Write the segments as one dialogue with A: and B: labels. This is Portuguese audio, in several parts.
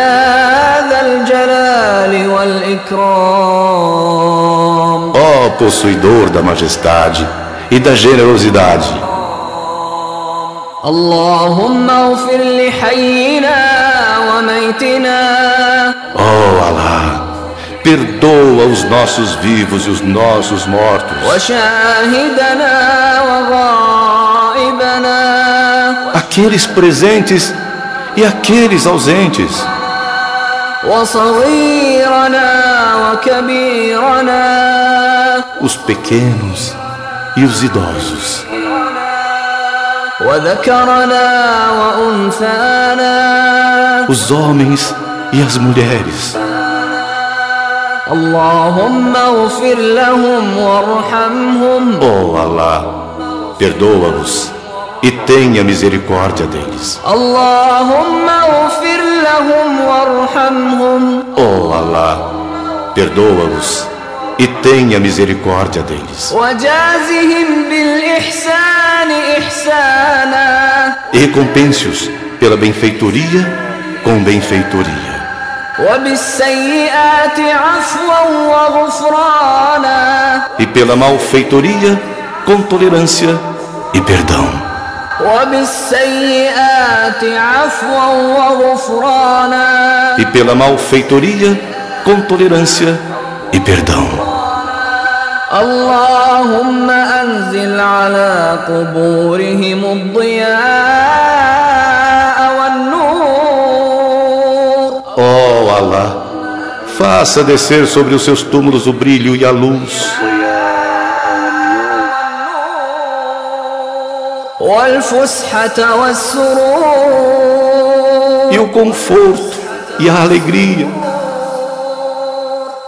A: يا ذا الجلال والإكرام
B: Ó possuidor da majestade e da generosidade,
A: اللهم اغفر لحينا وميتنا
B: ó Alá, perdoa os nossos vivos e os nossos mortos,
A: وشاهدنا وغائبنا
B: aqueles presentes e aqueles ausentes,
A: وصغيرنا وكبيرنا
B: os pequenos e os idosos,
A: وذكرنا وأنثانا
B: os homens e as mulheres.
A: اللهم اغفر لهم وارحمهم
B: Ó Alá, perdoa-os e tenha misericórdia deles.
A: اللهم اغفر لهم وارحمهم
B: Ó Alá, perdoa-os e tenha misericórdia deles.
A: وجازهم بالإحسان إحسانا
B: Recompense-os pela benfeitoria com benfeitoria
A: وبالسيئات عفوا وغفرانا
B: e pela malfeitoria com tolerância e perdão.
A: وبالسيئات عفوا وغفرانا
B: E pela malfeitoria com tolerância e perdão.
A: اللهم أنزل على قبورهم الضياء والنور
B: Ó Alá, faça descer sobre os seus túmulos o brilho e a luz.
A: والفسحة والسرور
B: e o conforto e a alegria,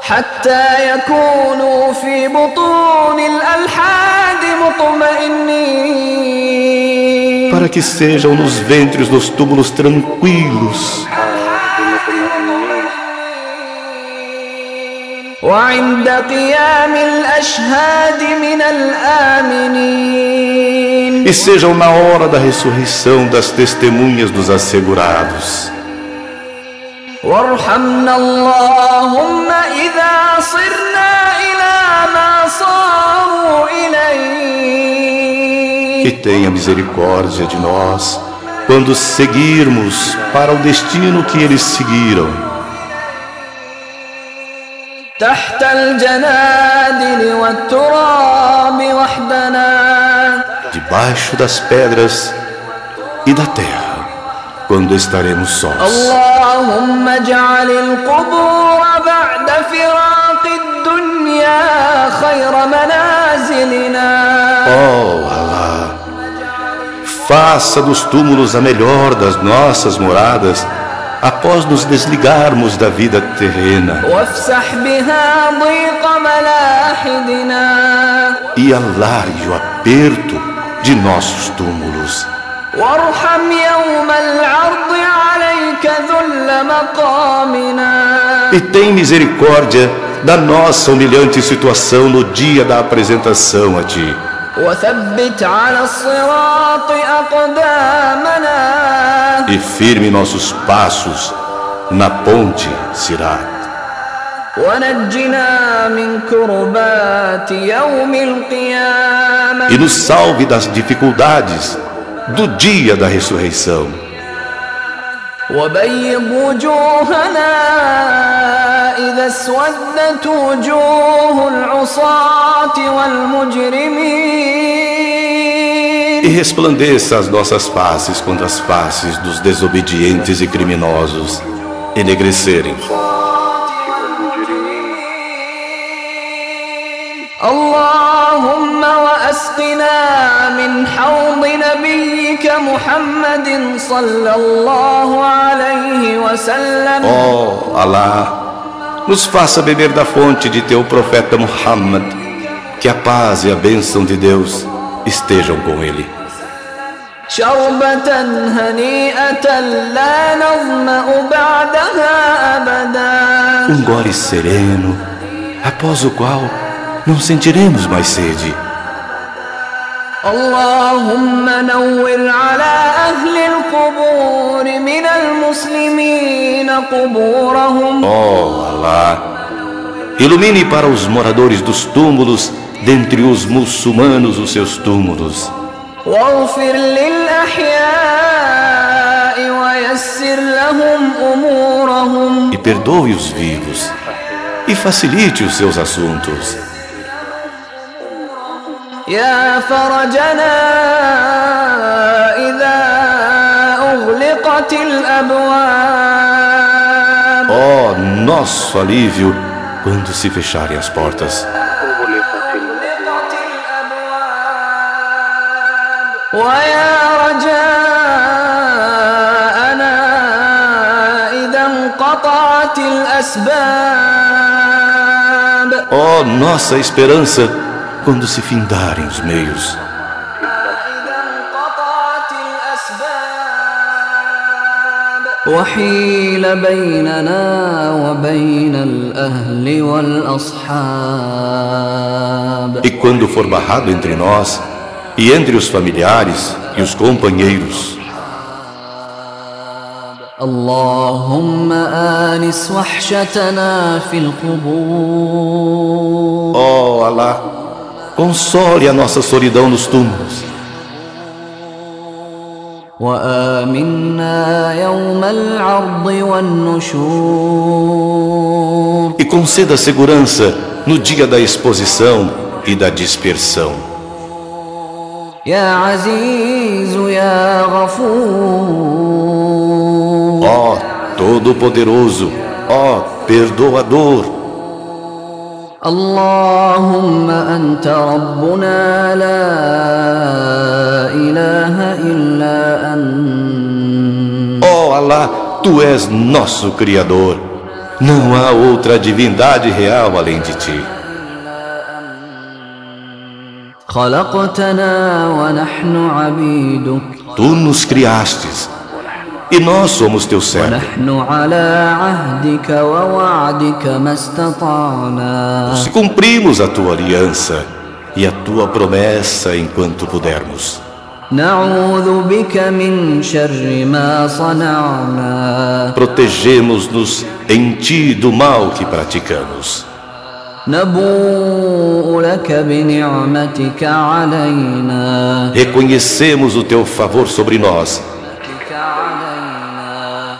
A: حتى يكونوا في بطون الألحاد مطمئنين
B: para que sejam nos ventres dos túmulos tranquilos
A: وعند قيام الأشهاد من الآمنين
B: e sejam na hora da ressurreição das testemunhas dos assegurados.
A: وارحمنا اللهم إذا صرنا إلى ما صاروا إليه
B: E tenha misericórdia de nós quando seguirmos para o destino que eles seguiram,
A: تحت الجنادل والتراب وحدنا
B: debaixo das pedras e da terra, quando estaremos sós.
A: اللهم اجعل القبور بعد فراق الدنيا خير منازلنا
B: Oh, Alá, faça dos túmulos a melhor das nossas moradas após nos desligarmos da vida terrena.
A: وافسح بها ضيق ملاحدنا
B: E alargue o aperto de nossos túmulos.
A: وارحم يوم العرض عليك ذل مقامنا
B: E tem misericórdia da nossa humilhante situação no dia da apresentação a ti.
A: وثبت على الصراط أقدامنا
B: E firme nossos passos na ponte Sirat.
A: ونجنا من كربات يوم القيامة
B: E nos salve das dificuldades do dia da ressurreição.
A: وبيض وجوهنا إذا اسودت وجوه العصاة والمجرمين
B: E resplandeça as nossas faces contra as faces dos desobedientes e criminosos enegrecerem.
A: اللهم وأسقنا من حوض نبيك محمد صلى الله عليه وسلم
B: Ó Alá, Oh nos faça beber da fonte de teu profeta Muhammad, que a paz e a bênção de Deus estejam com ele.
A: شربة هنيئة لا نظمأ بعدها أبدا
B: Um gole sereno, após o qual não sentiremos mais sede.
A: اللهم نور على أهل القبور من المسلمين قبورهم
B: Ó Alá, Oh ilumine para os moradores dos túmulos, dentre os muçulmanos, os seus túmulos.
A: واغفر للأحياء ويسر لهم أمورهم
B: E perdoe os vivos, e facilite os seus assuntos.
A: يا فرجنا إذا أغلقت الأبواب
B: Ó nosso alívio, quando se fecharem as portas.
A: أغلقت الأبواب ويا رجاءنا إذا انقطعت الأسباب
B: Ó nossa esperança, quando se findarem os meios.
A: إذا انقطعت الأسباب وحيل بيننا وبين الأهل والأصحاب
B: E quando for barrado entre nós, e entre os familiares e os companheiros.
A: اللهم آنس وحشتنا في القبور
B: Ó Alá, console a nossa solidão nos túmulos
A: وآمنا يوم العرض والنشور
B: e conceda segurança no dia da exposição e da dispersão.
A: يا عزيز يا غفور
B: Ó Todo-Poderoso, ó Perdoador,
A: اللهم أنت ربنا لا إله إلا أنت
B: ó Alá, tu és nosso Criador. Não há outra divindade real além de ti.
A: خلقتنا ونحن عبيدك
B: Tu nos criastes e nós somos teu servo.
A: نحن على عهدك ووعدك ما استطعنا
B: Se cumprimos a tua aliança e a tua promessa enquanto pudermos.
A: نعوذ بك من شر ما صنعنا
B: Protegemos-nos em ti do mal que praticamos.
A: نبوء لك بنعمتك علينا
B: Reconhecemos o teu favor sobre nós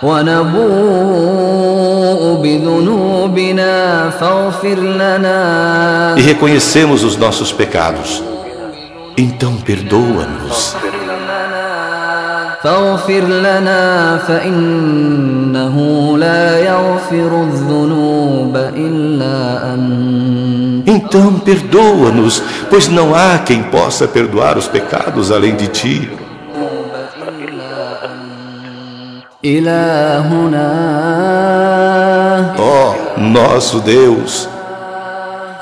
A: ونبوء بذنوبنا فاغفر لنا
B: e reconhecemos os nossos pecados. Então perdoa-nos,
A: فاغفر لنا فإنه لا يغفر الذنوب إلا أنت
B: então perdoa-nos, pois não há quem possa perdoar os pecados além de ti.
A: إلهنا
B: Ó nosso Deus,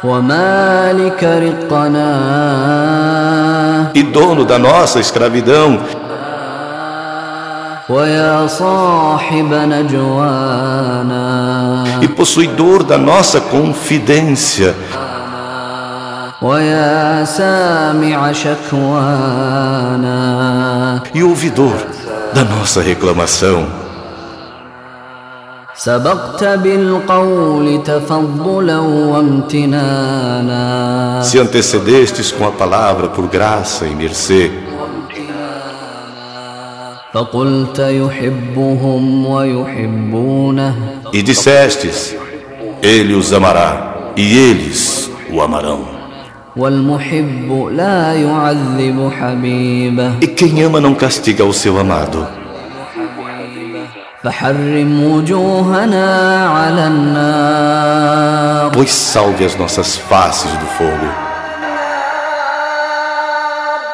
A: ومالك رقنا
B: e dono da nossa escravidão,
A: ويا صاحب نجوانا
B: e possuidor da nossa confidência,
A: ويا سامع شكوانا
B: e ouvidor da nossa reclamação.
A: سبقت بالقول تفضلا وامتنانا
B: Se antecedestes com a palavra por graça e mercê,
A: فقلت يحبهم ويحبونه
B: e dissestes: Ele os amará, e eles o amarão.
A: والمحب لا يعذب حبيبه
B: E quem ama não castiga o seu amado.
A: فحرم وجوهنا على النار
B: Pois salve as nossas faces do fogo,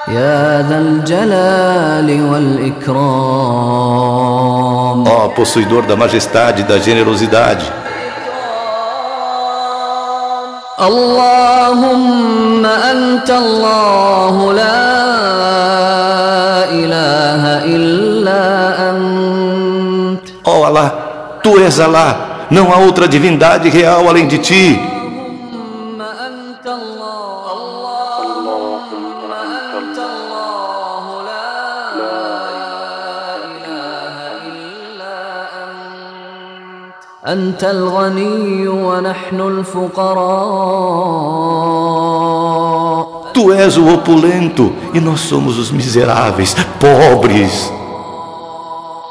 A: يا ذا الجلال والإكرام
B: ó possuidor da majestade e da generosidade.
A: اللهم أنت الله لا إله إلا أنت
B: Ó Alá, tu és Alá, não há outra divindade real além de ti.
A: اللهم أنت الله اللهم أنت الله لا إله إلا أنت أنت الغني ونحن الفقراء
B: Tu és o opulento e nós somos os miseráveis, pobres.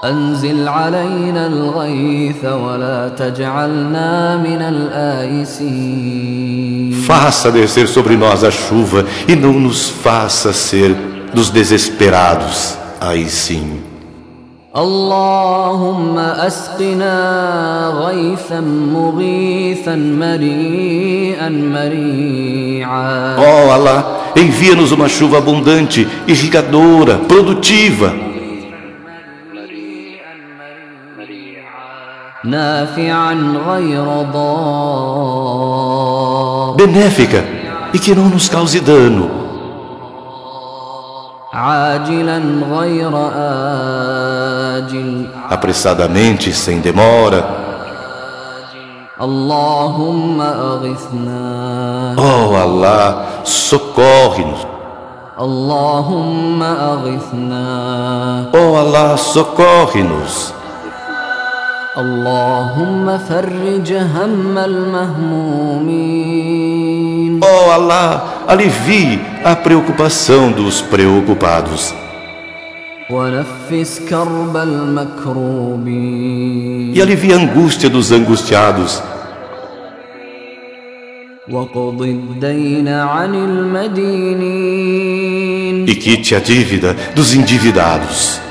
A: أنزل علينا الغيث ولا تجعلنا من الآيسين
B: Faça descer sobre nós a chuva e não nos faça ser dos desesperados. Aí sim.
A: اللهم أسقنا غيثا مغيثا مريئا مريعا
B: Ó Alá, envia-nos uma chuva abundante, irrigadora, produtiva,
A: نافعا غير ضار
B: benéfica e que não nos cause dano,
A: عاجلا غير آجل
B: apressadamente, sem demora.
A: اللهم أغثنا
B: Ó Alá, Oh socorre-nos.
A: اللهم أغثنا
B: Ó Alá, Oh socorre-nos.
A: اللهم فرج هم المهمومين
B: Ó Alá, Oh alivie a preocupação dos preocupados
A: ونفس كرب المكروبين
B: e alivie a angústia dos angustiados.
A: وقض الدين عن المدينين
B: e quite a dívida dos endividados.